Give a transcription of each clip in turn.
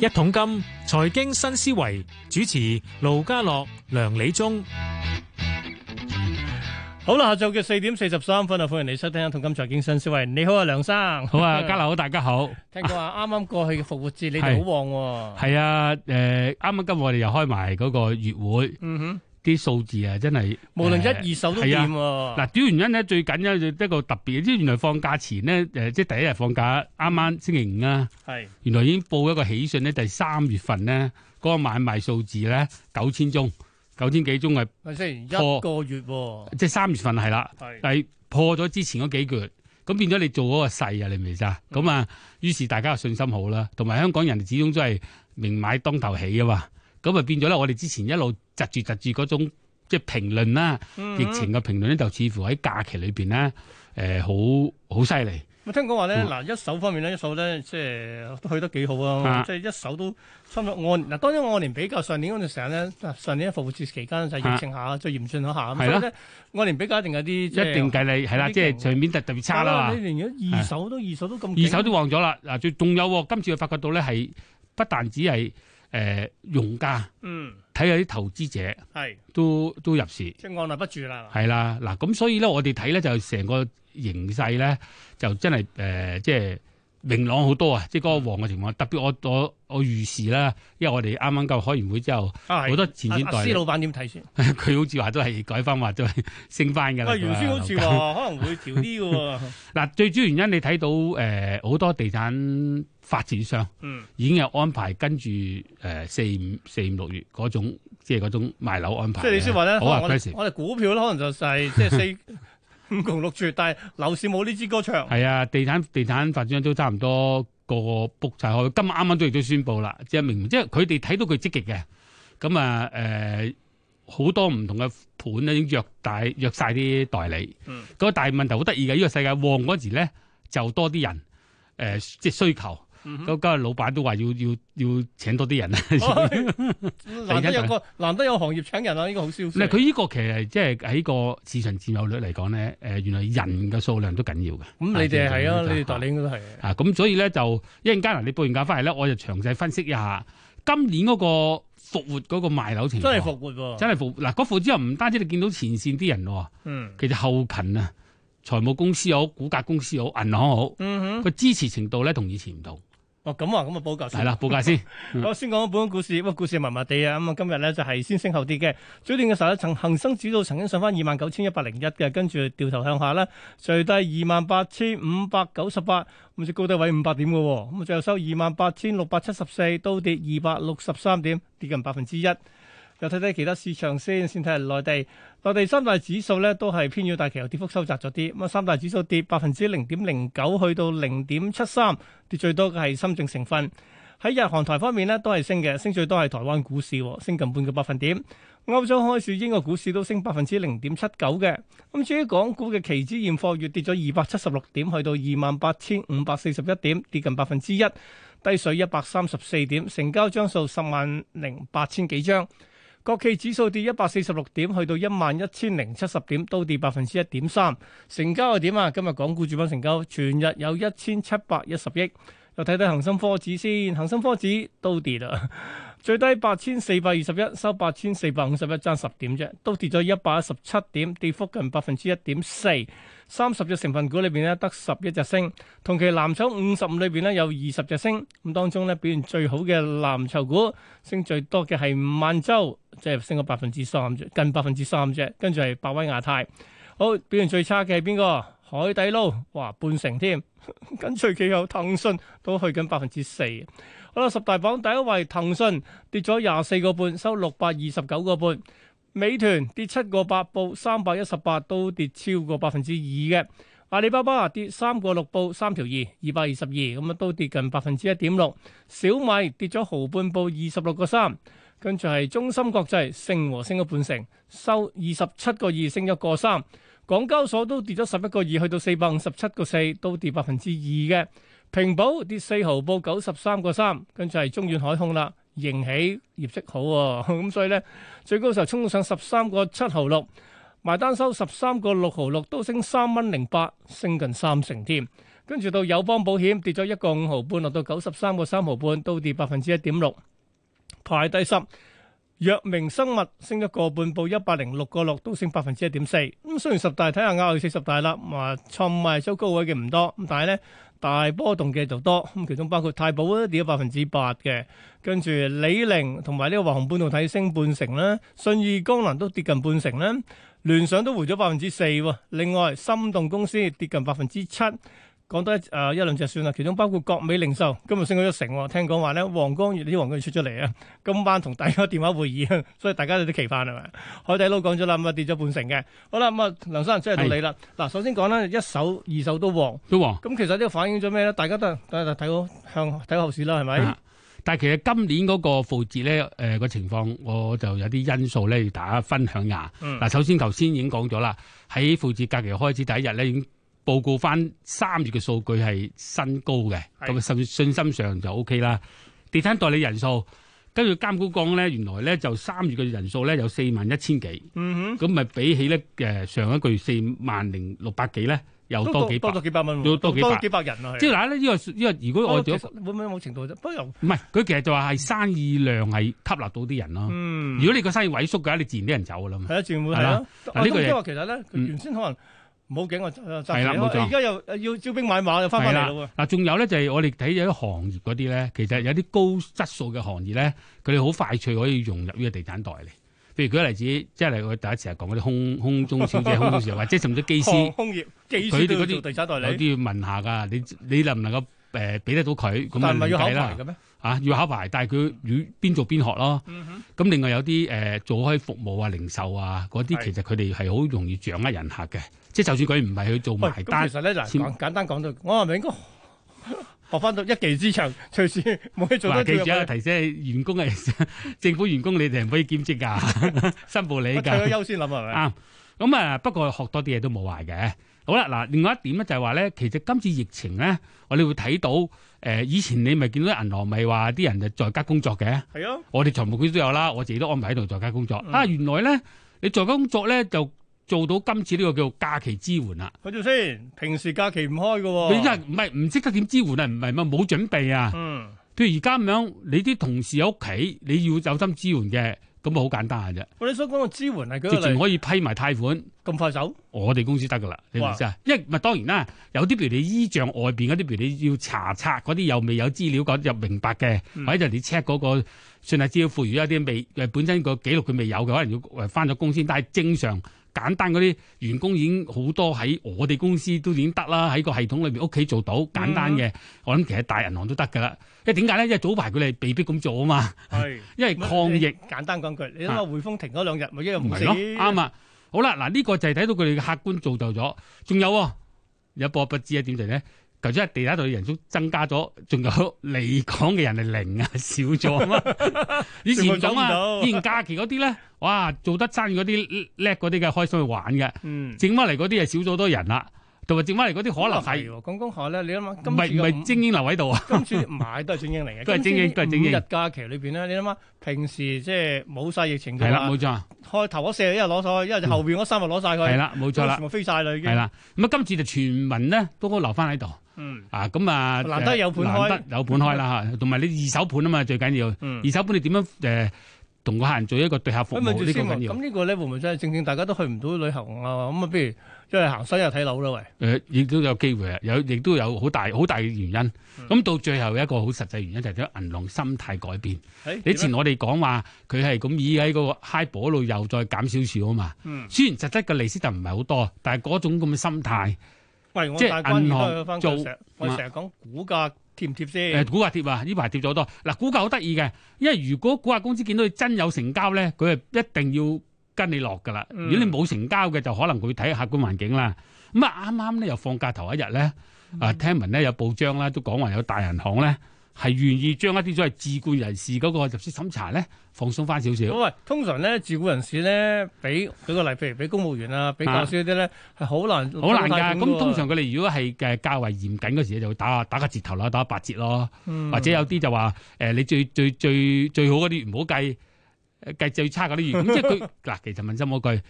一桶金財經新思維主持盧家樂、梁理中。好啦，下晝嘅四點四十三分啊，歡迎你收聽《同金財經新思維》。你好啊，梁生。好 啊，家樓大家好。聽講話啱啱過去嘅復活節，你哋好係旺喎。係啊，誒、啱啱今日我哋又開埋嗰個月會，嗯哼，啲數字啊，真係無論誒一二手都係掂啊喎。嗱，主要原因咧最緊要一個特別，即係原來放假前咧，誒、即係第一日放假，啱啱星期五啦、係原來已經報一個喜訊咧，第三月份咧嗰、個買賣數字咧九千宗，九千幾宗係咪先一破個月喎。即係三月份係啦，係但係破咗之前嗰幾個月，咁變咗你做嗰個勢啊，你明唔明咋？嗯咁啊，於是大家嘅信心好啦，同埋香港人始終都係明買當頭起啊嘛，咁啊變咗咧，我哋之前一路窒住窒住嗰種即係評論啦，嗯疫情嘅評論咧，就似乎喺假期裏邊咧，誒好好犀利，我聽講話咧，嗯嗱一手方面咧，一手咧即係都去得幾好啊，啊即係一手都差唔多按嗱，當然按年比較上年嗰段時間咧，嗱上年復活節期間就係疫情下最嚴峻嗰下，咁所係啦以咧按年比較一定有啲一即係定計你係啦，即係上面特特別差啦你。連咗二手都二手都咁勁，二手都旺咗啦。嗱，最仲有喎今次佢發覺到咧係不但只係誒、呃用家，嗯睇下啲投資者係都都入市，即係按捺不住啦。係啦。嗱，咁所以咧我哋睇咧就成個形勢咧就真係誒、呃即係。明朗好多啊！即係嗰個旺嘅情況，特別我我我預示啦，因為我哋啱啱夠開完會之後，啊係好多前阿線阿代施理老闆點睇先？佢好似話都係改翻話都係 升翻㗎啦。喂，原先好似話可能會調啲嘅 喎。嗱，最主要原因你睇到誒好、多地產發展商。嗯，已經有安排跟住誒四五四五六月嗰種，即係嗰種賣樓安排即咧。係你先話咧，可好啊能我 aggressive 哋。我哋股票咧，可能就係即係四 五窮六絕，但係樓市冇呢支歌唱。係啊，地產地產發展商都差唔多個個 book 晒開，今日啱啱都亦都宣布啦，即係明，即係佢哋睇到佢積極嘅，咁啊誒好多唔同嘅盤咧已經約大約晒啲代理，嗯咁但係問題好得意嘅，呢、個世界旺嗰時咧就多啲人誒、呃即係需求，嗯哼咁今日老闆都話要要要請 多啲人啊。 難得有個難得有行業請人啊！呢個好消息。嗱，佢呢個其實係即係喺個市場佔有率嚟講咧，誒、原來人嘅數量都緊要嘅。咁你哋係啊，啊你哋代理應該都係。啊，咁所以咧就一陣間嗱，你報完價翻嚟咧，我就詳細分析一下今年嗰個復活嗰個賣樓情況。真係復活喎！真係復活嗱，嗰復活之後唔單止你見到前線啲人喎，嗯其實後勤啊、財務公司好、股價公司好、銀行好，嗯哼，個支持程度咧同以前唔同。哦咁啊，咁啊，報價先係。啦，報 價先。嗯我先講本港股市，喂，股市麻麻地啊，咁啊，今日咧就係先升後跌嘅。早段嘅時候咧，曾恒生指數曾經上翻二萬九千一百零一嘅，跟住掉頭向下啦，最低二萬八千五百九十八，咁即高低位五百點嘅喎，咁最後收二萬八千六百七十四，都跌二百六十三點，跌近百分之一。又睇睇其他市場先，先睇下內地。內地三大指數咧都係偏軟，但係其後跌幅收窄咗啲。咁啊，三大指數跌百分之零點零九，去到零點七三，跌最多嘅係深圳成分。喺日韓台方面咧都係升嘅，升最多係台灣股市喎，升近半個百分點。歐洲開市，英國股市都升百分之零點七九嘅。咁至於港股嘅期指現貨月跌咗二百七十六點，去到二萬八千五百四十一點，跌近百分之一，低水一百三十四點，成交張數十萬零八千幾張。國企指數跌一百四十六點，去到一萬一千零七十點，都跌百分之一點三。成交又點啊？今日港股主板成交全日有一千七百一十億。又睇睇恒生科指先，恒生科指都跌啦， 最低八千四百二十一，收八千四百五十一，爭十點啫，都跌咗一百一十七點，跌幅近百分之一點四。三十隻成分股裏邊咧，得十一隻升，同期藍籌五十五裏邊咧有二十隻升，咁當中咧表現最好嘅藍籌股，升最多嘅係萬洲，即係升咗百分之三啫，近百分之三啫，跟住係百威亞太。好，表現最差嘅係邊個？海底撈，哇，半成添。 跟隨其後騰訊都去緊百分之四。好啦，十大榜第一位騰訊跌咗廿四個半，收六百二十九個半。美團跌七個八，報三百一十八，都跌超過百分之二嘅。阿里巴巴跌三個六，報三條二，二百二十二，咁啊都跌近百分之一點六。小米跌咗毫半，報二十六個三。跟住係中芯國際升和升咗半成，收二十七個二，升一個三。港交所都跌咗十一個二，去到四百五十七個四，都跌百分之二嘅。平保跌四毫，報九十三個三，跟住係中遠海控啦，盈喜業績好喎、 咁所以咧最高時候衝到上十三個七毫六，埋單收十三個六毫六，都升三蚊零八，升近三成添。跟住到友邦保險跌咗一個五毫半，落到九十三個三毫半，都跌百分之一點六，排第十。藥明生物升咗個半，報一百零六個六，都升百分之一點四。咁雖然十大睇下亞去四十大啦，啊話創埋收高位嘅唔多，咁但係咧大波動嘅就多。咁其中包括太保咧跌咗百分之八嘅，跟住李寧同埋呢個華虹半導體升半成啦，信義光能都跌近半成啦，聯想都回咗百分之四喎。另外心動公司跌近百分之七。講多一誒、呃一兩隻算啦，其中包括國美零售今日升咗一成喎，聽講話咧黃光裕啲黃光裕出咗嚟啊，今晚同大家電話會議，啊 所以大家有啲期盼係咪？海底撈講咗啦，咁啊跌咗半成嘅，好啦咁啊，梁生即係到你啦。嗱，首先講啦，一手二手都旺，都旺。咁其實呢個反映咗咩咧？大家都都都睇好向睇後市啦，係咪啊？但係其實今年嗰個負節咧，誒、個情況我就有啲因素咧，要大家分享下。嗯嗱、首先頭先已經講咗啦，喺負節假期開始第一日咧，已經報告翻三月嘅數據係新高嘅，係咁啊信信心上就 O K 啦。地產代理人數，跟住監管講咧，原來咧就三月嘅人數咧有四萬一千幾，嗯咁咪比起咧誒上一個月四萬零六百幾咧，又哼，都多幾百多。咗幾百蚊喎，都多幾百多幾百人啊，係即係嗱咧，呢、個呢、個如果我哦其做一實會唔會某程度啫？不過又唔係，佢其實就話係生意量係吸納到啲人咯。嗯如。果你個生意萎縮嘅話，你自然啲人走噶啦 嘛。係啊，自然會係係啦啦。嗱呢個個嘢即係話其實咧，佢嗯原先可能冇景我就係啦冇錯而家又要招兵買馬又翻返嚟咯嗱，仲有咧就係我哋睇有啲行業嗰啲咧，其實有啲高質素嘅行業咧，佢哋好快脆可以融入呢個地產代理。譬如舉個例子，即係我第一次係講嗰啲空空中小姐、空 中小姐，或者甚至機喎。航師，空業技佢哋師都要嗰啲做地產有代理，啲要問下㗎。你你能唔能夠誒俾得到佢？咁但唔係要考睇啦牌嘅咩？啊，要考牌，但係佢要邊做邊學咯。嗯哼咁另外有啲誒、呃做開服務啊、零售啊嗰啲，係其實佢哋係好容易掌握人客嘅。即係就算佢唔係去做喂，埋咁單其，實咧嗱，簽講簡單講到，我係咪應該 學翻到一技之長，隨時冇嘢做嗱得記跳入住啊，去？提醒員工係 政府員工，你哋唔可以兼職㗎， 申報你我退咗㗎。休先諗係咪？啱咁啊，不過學多啲嘢都冇壞嘅。好啦，嗱，另外一點咧就係話咧，其實今次疫情咧，我哋會睇到誒、呃以前你咪見到銀行咪話啲人就在家工作嘅。係啊，我哋財務官都有啦，我自己都安排喺度在家工作。嗯啊，原來咧你在家工作咧就做到今次呢個叫假期支援啦。去到先，平時假期唔開嘅喎。你真係唔係唔識得點支援啊？唔係咪冇準備啊？嗯，譬如而家咁樣，你啲同事喺屋企，你要有心支援嘅，咁啊好簡單嘅啫，我哋所講嘅支援係舉直個情例，可以批埋貸款。咁快手我哋公司得噶啦，你明唔明先啊？因為咪當然啦，有啲譬如你衣像外邊嗰啲，譬如你要查冊嗰啲又未有資料嗰入明白嘅，嗯或者就你 check 嗰個信貸資料庫，如果有啲未誒本身個記錄佢未有嘅，可能要誒翻咗工先。但係正常簡單嗰啲員工已經好多喺我哋公司都已經得啦，喺個系統裏面屋企做到簡單嘅，我諗其實大銀行都得噶啦。因為點解咧？因為早排佢哋被逼咁做啊嘛，係因為抗疫。簡單講句，你諗下啊匯豐停嗰兩日，咪一樣唔冇係事。咯，啱啊！好啦，嗱呢個就係睇到佢哋嘅客觀造就咗，仲有喎，有播不知一點就係咧，頭先係地下度嘅人數增加咗，仲有嚟港嘅人係零啊，少咗啊嘛！以前唔同全部走唔啊，到以前假期嗰啲咧，哇，做得生意嗰啲叻嗰啲嘅開心去玩嘅，嗯。剩翻嚟嗰啲係少咗好多人啦，同埋剩翻嚟嗰啲可咁能啊係喎，講講下咧，你諗下，唔係今唔次係嘅精英留喺度啊？五，今次唔係都係精英嚟嘅，都係精英今次都係精英五日假期裏邊咧，你諗下，平時即係冇晒疫情嘅係啦，話冇，錯，開頭嗰四日一日攞晒佢，一日就後邊嗰三日攞晒佢，係，啦，冇錯啦全，部飛晒啦已係經。啦。咁啊，今次就全民咧都留翻喺度。嗯啊，咁啊，難得有盤開難得有盤 開啦嚇，同埋你二手盤啊嘛，最緊要。嗯二。手盤你點樣誒同個客人做一個對客服咁務咪呢住個先喎，緊要咁？呢個咧會唔會真係正正大家都去唔到旅行啊？咁啊，不如一係行山一係睇樓啦，喂。誒，亦都有機會啊，有亦都有好大好大嘅原因。嗯咁到最後一個好實際原因就係點樣銀行心態改變。誒你前我哋講話佢係咁以喺嗰個 high 波度又再減少少啊嘛。嗯，雖然實質嘅利息就唔係好多，但係嗰種咁嘅心態喂，我即係大關銀行而家翻做成，我哋成日講股價貼唔貼先誒？股價貼啊，呢排貼咗好多。嗱，股價好得意嘅，因為如果股價公司見到你真有成交咧，佢係一定要跟你落噶啦。嗯如果你冇成交嘅，就可能佢睇客觀環境啦。咁啊，啱啱咧又放假頭一日咧，嗯啊聽聞咧有報章啦都講話有大銀行咧係願意將一啲所謂自僱人士嗰個入息審查咧放鬆翻少少。喂，通常咧，自雇人士咧，俾舉個例，譬如俾公務員啊，俾教師嗰啲咧，係好難好難好難管㗎，㗎咁喎通常佢哋如果係嘅較為嚴謹嗰時咧，就會打打個折頭啦，打八折咯，嗯或者有啲就話誒、你最 最最最好嗰啲唔好計，誒計最差嗰啲，咁即係佢嗱，其實問心嗰句，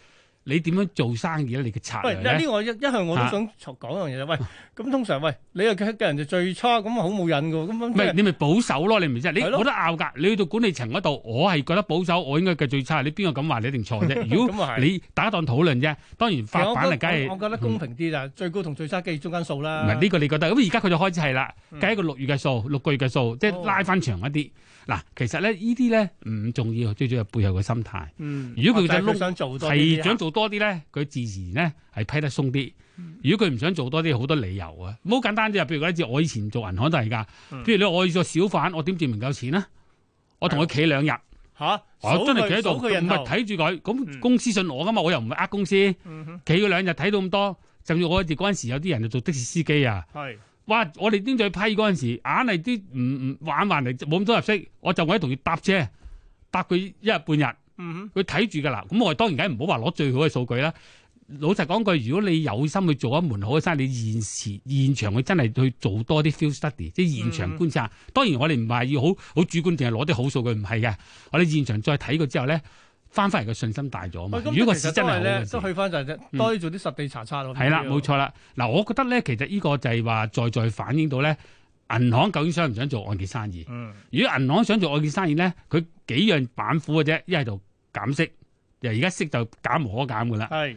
你點樣做生意咧？你嘅策喂，略嗱呢咧？個我一一向我都啊想講一樣嘢，喂，咁通常喂你又嘅人就最差，咁啊好冇癮噶，咁唔咁即係係你咪保守咯，你明唔明啫？你係咯冇得拗㗎。你去到管理層嗰度，我係覺得保守，我應該嘅最差。你邊個敢話你一定 錯啫？如果咁啊係。你打檔討論啫，當然其實發我版覺嚟，梗係嗯我我覺得公平啲啦，最高同最差記中間數啦。唔係呢個你覺得？咁而家佢就開始係啦，嗯計一個六月嘅數，六個月嘅數，即係哦拉翻長一啲。嗱，其實咧呢啲咧唔重要，最主要係背後嘅心態。嗯，如果佢或者想想做多啲係想做多啲咧，佢自然咧係批得鬆啲。嗯如果佢唔想做多啲，好多理由啊。好簡單啫，譬如嗰一次我以前做銀行都係㗎。嗯譬如你我做小販，我點證明夠錢啊？我同佢企兩日，嚇，我數真係企佢喺度，數佢唔人係頭，睇住佢。嗯咁公司信我㗎嘛，我又唔係呃公司。嗯哼，企咗兩日睇到咁多，甚至我哋嗰陣時有啲人就做的士司機啊。係哇！我哋經濟批嗰陣時，硬係啲唔唔玩還嚟冇咁多入息，我就喺同佢搭車，搭佢一日半日。嗯哼。佢睇住㗎啦。咁我哋當然梗係唔好話攞最好嘅數據啦。老實講句，如果你有心去做一門好嘅生意，你現時現場佢真係去做多啲 field study，即係現場觀察。嗯當然我哋唔係要好好主觀，定係攞啲好數據，唔係嘅。我哋現場再睇過之後咧，翻返嚟嘅信心大咗啊嘛喂，。咁如果個其實市真係都好係咧，嘅時都候。去翻就係嗯多啲做啲實地查察咯。係啦，冇。錯啦。嗱，我覺得咧，其實呢個就係話在在反映到咧，銀行究竟想唔想做按揭生意？嗯，如果銀行想做按揭生意咧，佢幾樣板斧嘅啫，一係就減息，又而家息就減無可減噶啦，係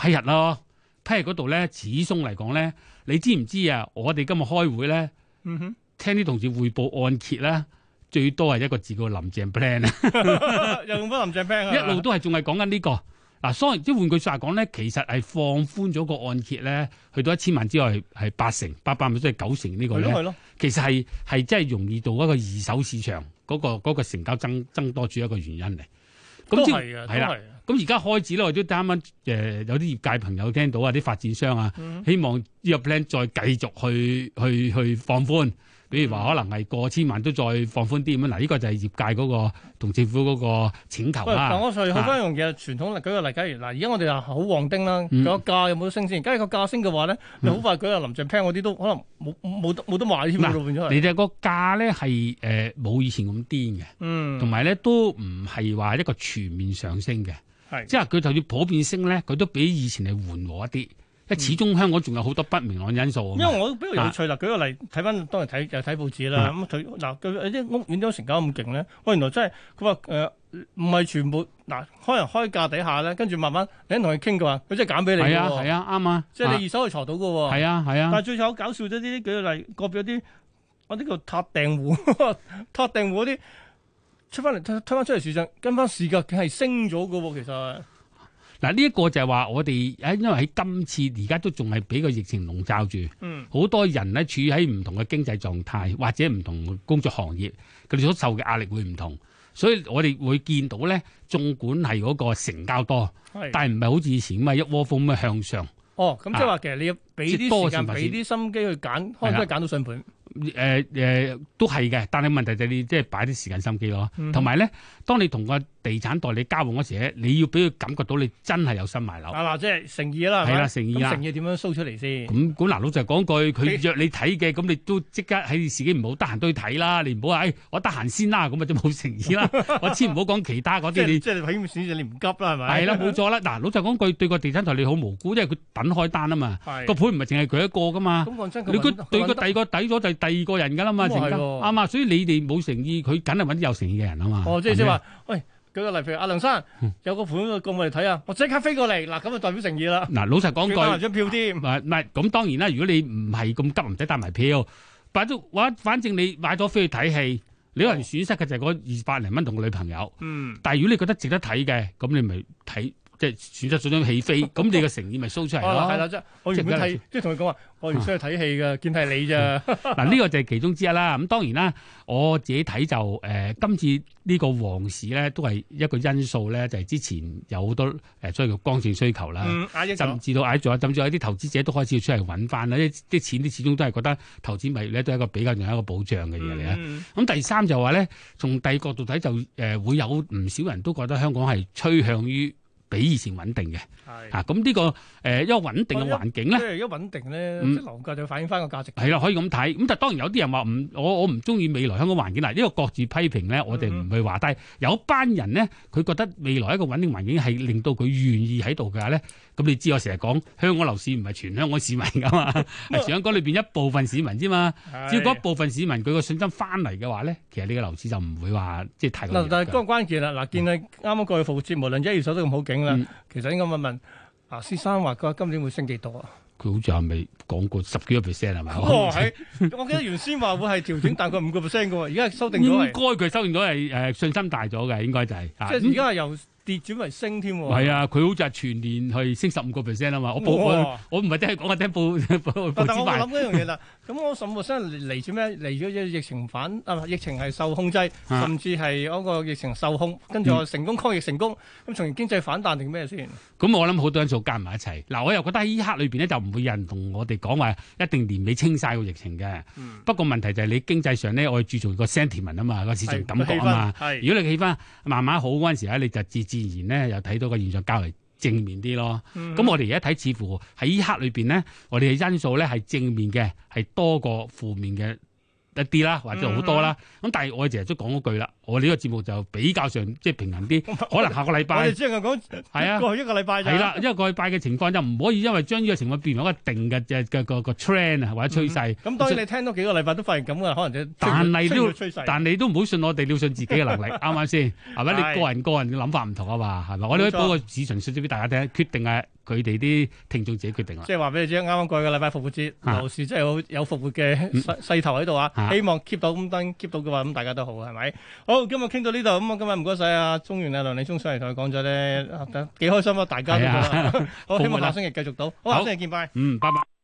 批核咯，批核嗰度咧，始終嚟講咧，你知唔知啊？我哋今日開會咧，嗯 哼，聽啲同事匯報按揭咧，最多係一個字叫林鄭 plan 啊又用翻林鄭 friend 啊，一路都係仲係講緊呢個。嗱，所以即係換句説話講咧，其實係放寬咗個按揭咧，去到一千萬之外係八成、八百萬即係九成呢個係咯咧，係咯，其實係係真係容易到一個二手市場嗰、個嗰個成交增增多主要一個原因嚟。都咁即係啊，都係啦係啊。咁而家開始咧，我都啱啱誒有啲業界朋友聽到啊，啲發展商啊，嗯希望呢個 plan 再繼續去去去放寬，比嗯如話可能係過千萬都再放寬啲咁啊樣。嗱，呢個就係業界嗰、個同政府嗰個請求喂，啦。但我再去翻一樣嘢，傳統嚟舉個例，假如嗱，而家我哋話好旺丁啦，嗯個價有冇得升先？假如個價升嘅話咧，你好快舉個林鄭 friend 嗰啲都可能冇冇得冇得賣添嗱喎，變咗係。你哋個價咧係誒冇以前咁癲嘅，嗯，同埋咧都唔係話一個全面上升嘅，係即係佢就算普遍升咧，佢都比以前係緩和一啲。因為始終香港仲有好多不明朗因素嗯啊嗯因嘛。為我比較有趣啦，舉個例，睇翻當然睇又睇報紙啦。咁佢嗱，佢有啲屋苑都成交咁勁咧，喂，原來真係佢話誒唔係全部嗱，可能開價底下咧，跟住慢慢你一同佢傾嘅話，佢真係減俾你嘅係啊係喎，啊啱啊，即係你二手可以坐到嘅喎。係啊係但係啊，最有搞笑咗啲，舉個例，個別有啲我呢個塔訂戶、 塔訂戶嗰啲出翻嚟推推翻出嚟市場，跟翻市價佢係升咗嘅喎，其實嗱呢一個就係話我哋喺因為喺今次而家都仲係俾個疫情籠罩住，嗯好多人咧處喺唔同嘅經濟狀態或者唔同工作行業，佢哋所受嘅壓力會唔同，所以我哋會見到咧，縱管係嗰個成交多。係但係唔係好似以前咁啊一窩蜂咁樣向上。哦，咁即係話其實你要俾即係啲多時間，成份俾啲心機去揀，啊可能都係揀到信盤。誒、誒、呃都係嘅，但係問題就係你即係擺啲時間心機咯嗯，同埋咧，當你同個地產代理交往嗰時咧，你要俾佢感覺到你真係有心買樓，嗱嗱，即係誠意啦，係係咪啦，誠意咁啦誠。意點樣 show 出嚟先？咁咁嗱，老實講句，佢你約你睇嘅，咁你都即刻喺你自己唔好得閒都去睇啦，你唔好話誒我得閒先啦，咁啊就冇誠 意啦。我先唔好講其他嗰即啲，係你即係你睇市你唔急啦，係咪？係啦，冇錯啦。嗱，老實講句，對個地產代理好無辜，因為佢等開單啊嘛，係個盤唔係淨係佢一個噶嘛。咁講真，你個佢對個個第二個抵咗就係第二個人㗎啦嘛，咁啊陣間係喎啱啊！所以你哋冇誠意，佢梗係揾有誠意嘅人啊嘛。哦，即係即係係咪話，喂，舉個例，譬如阿梁生有個盤過我哋睇啊，我即刻飛過嚟，嗱咁就代表誠意啦，嗱，老實仲講買埋句，張票添唔。係唔係咁當然啦。如果你唔係咁急，唔使帶埋票，擺咗哇，反正你買咗飛去睇戲，你可能損失嘅就係嗰二百零蚊同個女朋友。嗯。但係如果你覺得值得睇嘅，咁你咪睇，即係損失咗張戲飛，咁你嘅誠意咪 show 出嚟哦，係咯。啦，即係我原本睇即係，即係同佢講話，我原先去睇戲嘅，見係你咋，嗱，呢個就係其中之一啦。咁當然啦，我自己睇就誒、呃今次呢個黃市咧，都係一個因素咧，就係、之前有好多誒、呃所謂嘅剛性需求啦。嗯，壓抑甚咗，至到挨咗，甚至有啲投資者都開始要出嚟揾翻啦，因為啲錢啲始終都係覺得投資物業咧都係一個比較有一個保障嘅嘢嚟啊。嗯咁、第三就話咧，從第二角度睇就誒、呃、會有唔少人都覺得香港係趨向於比以前穩定嘅。係。啊，咁呢、個誒、一個穩定嘅環境即咧，係一穩定咧，嗯即係樓價就反映翻個價值。係啦，可以咁睇。咁但係當然有啲人話唔，我我唔中意未來香港環境啦。呢個各自批評嗯咧，我哋唔去話低。有班人咧，佢覺得未來一個穩定環境係令到佢願意喺度嘅話咧，咁你知我成日講香港樓市唔係全香港市民噶 嘛，係全香港裏邊一部分市民啫嘛。只要嗰一部分市民佢個信心翻嚟嘅話咧，其實呢個樓市就唔會話即係太過嗱，熱但係㗎。關關鍵啦，嗱，見你啱啱過去復活節，無論一二手都咁好景啦嗯，其實應該問問啊，先生話佢今年會升幾多啊？佢好似係未講過十幾個 percent 係嘛？ 哦，係，我記得原先話會係調整大概五個 percent 嘅喎，而家修訂應咗該係，佢收完咗係誒信心大咗嘅，應該就係、啊即係而家係由跌轉為升添喎。係啊，佢好似係全年係升十五個 percent 啊嘛，我報哇我我唔係聽佢講，我聽報 報報但但我紙諗賣。一樣嘢啦，咁我十五 percent 嚟自咩？嚟咗疫情反啊，唔係疫情係受控制，啊嗯甚至係嗰個疫情受控，跟住我成功抗疫成功，咁從而經濟反彈定咩先？咁我諗好多因素加埋一齊。嗱，我又覺得喺依刻裏邊咧，就唔會有人同我哋講話一定年尾清晒個疫情嘅。嗯不過問題就係你經濟上咧，我哋注重個 sentiment 啊嘛，個市場感覺啊嘛。係如果你氣氛慢慢好嗰陣時咧，你就自自然然咧又睇到個現象較為正面啲咯。嗯咁、我哋而家睇，似乎喺依刻裏邊咧，我哋嘅因素咧係正面嘅，係多過負面嘅一啲啦，或者好多啦。嗯咁、但係我哋成日都講嗰句啦，我哋呢個節目就比較上即係平衡啲，可能下個 禮我拜哋只能夠係講啊。過去一個禮拜咋係啦，因為個禮拜嘅情況就唔可以因為將呢個情況變為一個定嘅嘅嘅個個 trend 啊或者趨勢，咁當然你聽多幾個禮拜都發現咁嘅，可能就但係都要趨勢。但你都唔好信我哋，你要信自己嘅能力，啱唔 啱先？係咪？係你個人個人嘅諗法唔同啊嘛，係咪？我哋可以冇錯報個市場信息俾大家聽，決定係佢哋啲聽眾自己決定啦。即係話俾你知，啱啱過去個禮拜復活節，啊樓市真係有有復活嘅嗯勢勢頭喺度啊！啊希望 keep 到咁燈 keep 到嘅話，咁大家都好係咪？好，今日傾到呢度，咁啊，今日唔該晒啊，中原啊，梁理中上嚟同佢講咗咧，啊幾開心啊，大家都覺得好，希望下星期繼續到，好，下好星期見，拜。 嗯，拜拜。